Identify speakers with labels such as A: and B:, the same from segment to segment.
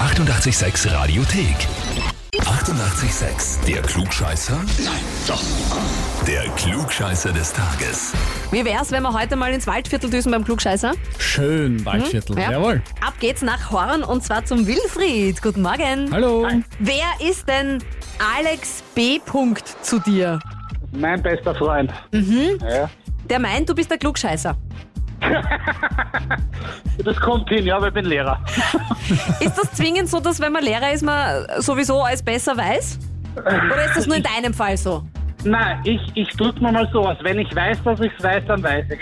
A: 886 Radiothek. 88,6. Der Klugscheißer? Nein, doch. Der Klugscheißer des Tages.
B: Wie wär's, wenn wir heute mal ins Waldviertel düsen beim Klugscheißer? Hm?
C: Schön, Waldviertel.
B: Ja.
C: Jawohl.
B: Ab geht's nach Horn und zwar zum Wilfried. Guten Morgen.
C: Hallo.
B: Wer ist denn Alex B. Punkt zu dir?
D: Mein bester Freund. Ja.
B: Der meint, du bist der Klugscheißer.
D: Das kommt hin, ja, weil ich bin Lehrer.
B: Ist das zwingend so, dass wenn man Lehrer ist, man sowieso alles besser weiß? Oder ist das nur in deinem Fall so?
D: Nein, ich, ich drücke mir mal so aus. Wenn ich weiß, dass ich es weiß, dann weiß ich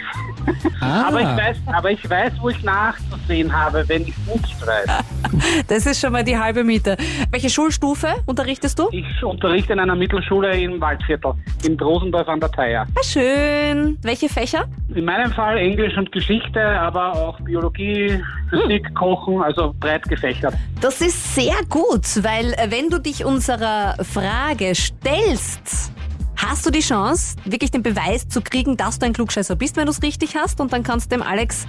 C: Ah,
D: aber ich weiß, Aber ich weiß, wo ich nachzusehen habe, wenn ich nicht weiß.
B: Das ist schon mal die halbe Miete. Welche Schulstufe unterrichtest du?
D: Ich unterrichte in einer Mittelschule im Waldviertel, in Drosendorf an der Theier.
B: Ah, schön. Welche Fächer?
D: In meinem Fall Englisch und Geschichte, aber auch Biologie, Physik, Kochen, also breit gefächert.
B: Das ist sehr gut, weil äh, wenn du dich unserer Frage stellst, hast du die Chance, wirklich den Beweis zu kriegen, dass du ein Klugscheißer bist, wenn du es richtig hast und dann kannst du dem Alex,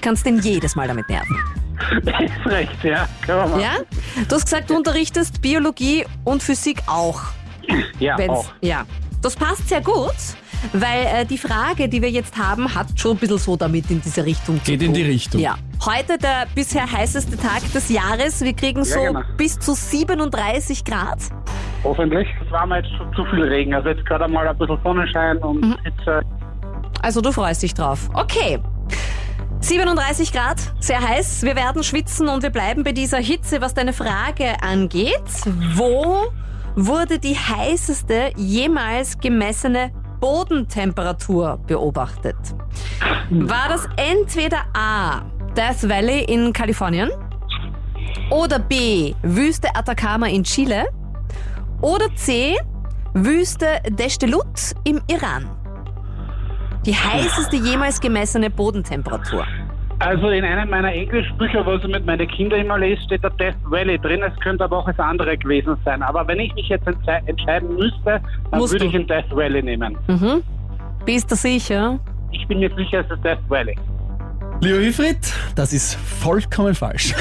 B: kannst den jedes Mal damit nerven.
D: ist recht, ja. Können wir mal.
B: Ja? Du hast gesagt, du unterrichtest Biologie und Physik auch.
D: Ja,
B: wenn's-
D: auch.
B: ja. Das passt sehr gut, weil äh, die Frage, die wir jetzt haben, hat schon ein bisschen so damit in diese Richtung zu
C: Geht in
B: tun.
C: die Richtung.
B: Ja. Heute der bisher heißeste Tag des Jahres. Wir kriegen so
D: genau.
B: bis zu 37 Grad.
D: Hoffentlich. Es war mal jetzt schon zu viel Regen. Also jetzt gerade mal ein bisschen Sonnenschein und äh, Hitze.
B: Also du freust dich drauf. Okay. 37 Grad, sehr heiß. Wir werden schwitzen und wir bleiben bei dieser Hitze, was deine Frage angeht. Wo wurde die heißeste jemals gemessene Bodentemperatur beobachtet? War das entweder A, Death Valley in Kalifornien oder B, Wüste Atacama in Chile oder C, Wüste Deshtilut im Iran? Die heißeste jemals gemessene Bodentemperatur.
D: Also in einem meiner Englischbücher, was ich mit meinen Kindern immer lese, steht der Death Valley drin. Es könnte aber auch das andere gewesen sein. Aber wenn ich mich jetzt entze- entscheiden müsste, dann
B: Musst
D: würde
B: du.
D: ich den Death Valley nehmen.
B: Mhm. Bist du sicher?
D: Ich bin mir sicher, es ist Death Valley.
C: Lieber Wilfried, das ist vollkommen falsch.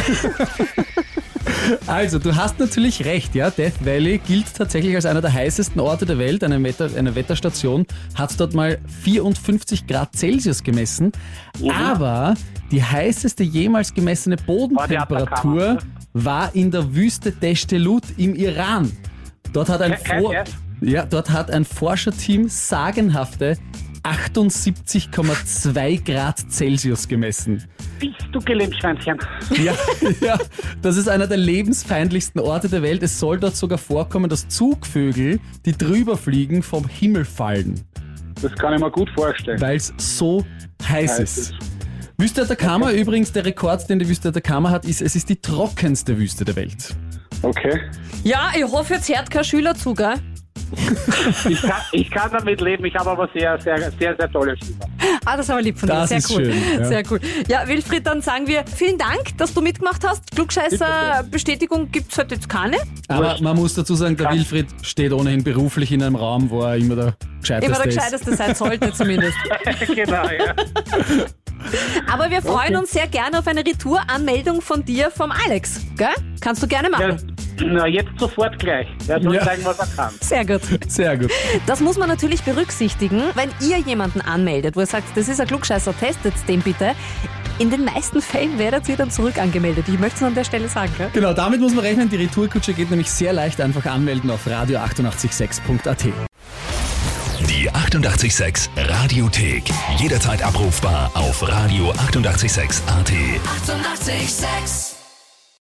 C: Also, du hast natürlich recht, ja. Death Valley gilt tatsächlich als einer der heißesten Orte der Welt. Eine, Wetter, eine Wetterstation hat dort mal 54 Grad Celsius gemessen. Aber die heißeste jemals gemessene Bodentemperatur
D: Atacama.
C: war in der Wüste Deshtilut im Iran. Dort hat ein,
D: Kein-
C: Vor
D: kein
C: ja, dort hat ein Forscherteam sagenhafte 78,2 Grad Celsius gemessen.
D: Bist du gelähmt, Schweinchen?
C: Ja, ja, das ist einer der lebensfeindlichsten Orte der Welt. Es soll dort sogar vorkommen, dass Zugvögel, die drüber fliegen, vom Himmel fallen,
D: Das kann ich mir gut vorstellen.
C: weil es so heiß ist. Wüste Atacama, übrigens der Rekord, den die Wüste Atacama hat, ist, es ist die trockenste Wüste der Welt.
D: Okay.
B: Ja, ich hoffe, jetzt hört kein Schüler zu, gell?
D: Ich kann, ich kann damit leben. Ich habe aber sehr, sehr, sehr, sehr tolle Schüler.
B: Ah, das ist aber lieb von
C: Das
B: dir. Sehr
C: ist
B: cool.
C: schön, ja.
B: Sehr cool. Ja, Wilfried, dann sagen wir vielen Dank, dass du mitgemacht hast. Klugscheißer-Bestätigung gibt's heute jetzt keine.
C: Aber man muss dazu sagen, der Wilfried steht ohnehin beruflich in einem Raum, wo er immer der
B: Immer
C: Gescheiteste
B: der
C: ist.
B: Gescheiteste sein sollte zumindest.
D: genau, ja.
B: Aber wir freuen uns sehr gerne auf eine Retouranmeldung von dir vom Alex, gell? Kannst du gerne
D: ja.
B: machen.
D: Na, jetzt sofort gleich. Der soll
C: Ja.
D: zeigen, was er kann.
B: Sehr gut.
C: Sehr gut.
B: Das muss man natürlich berücksichtigen, wenn ihr jemanden anmeldet, wo ihr sagt, das ist ein Klugscheißer, testet den bitte. In den meisten Fällen werdet ihr dann zurück angemeldet. Ich möchte es an der Stelle sagen. Gell?
C: Genau, damit muss man rechnen. Die Retourkutsche geht nämlich sehr leicht einfach anmelden auf radio886.at.
A: Die 88,6 Radiothek. Jederzeit abrufbar auf radio886.at. 88,6.
E: Eighty-eight, sex.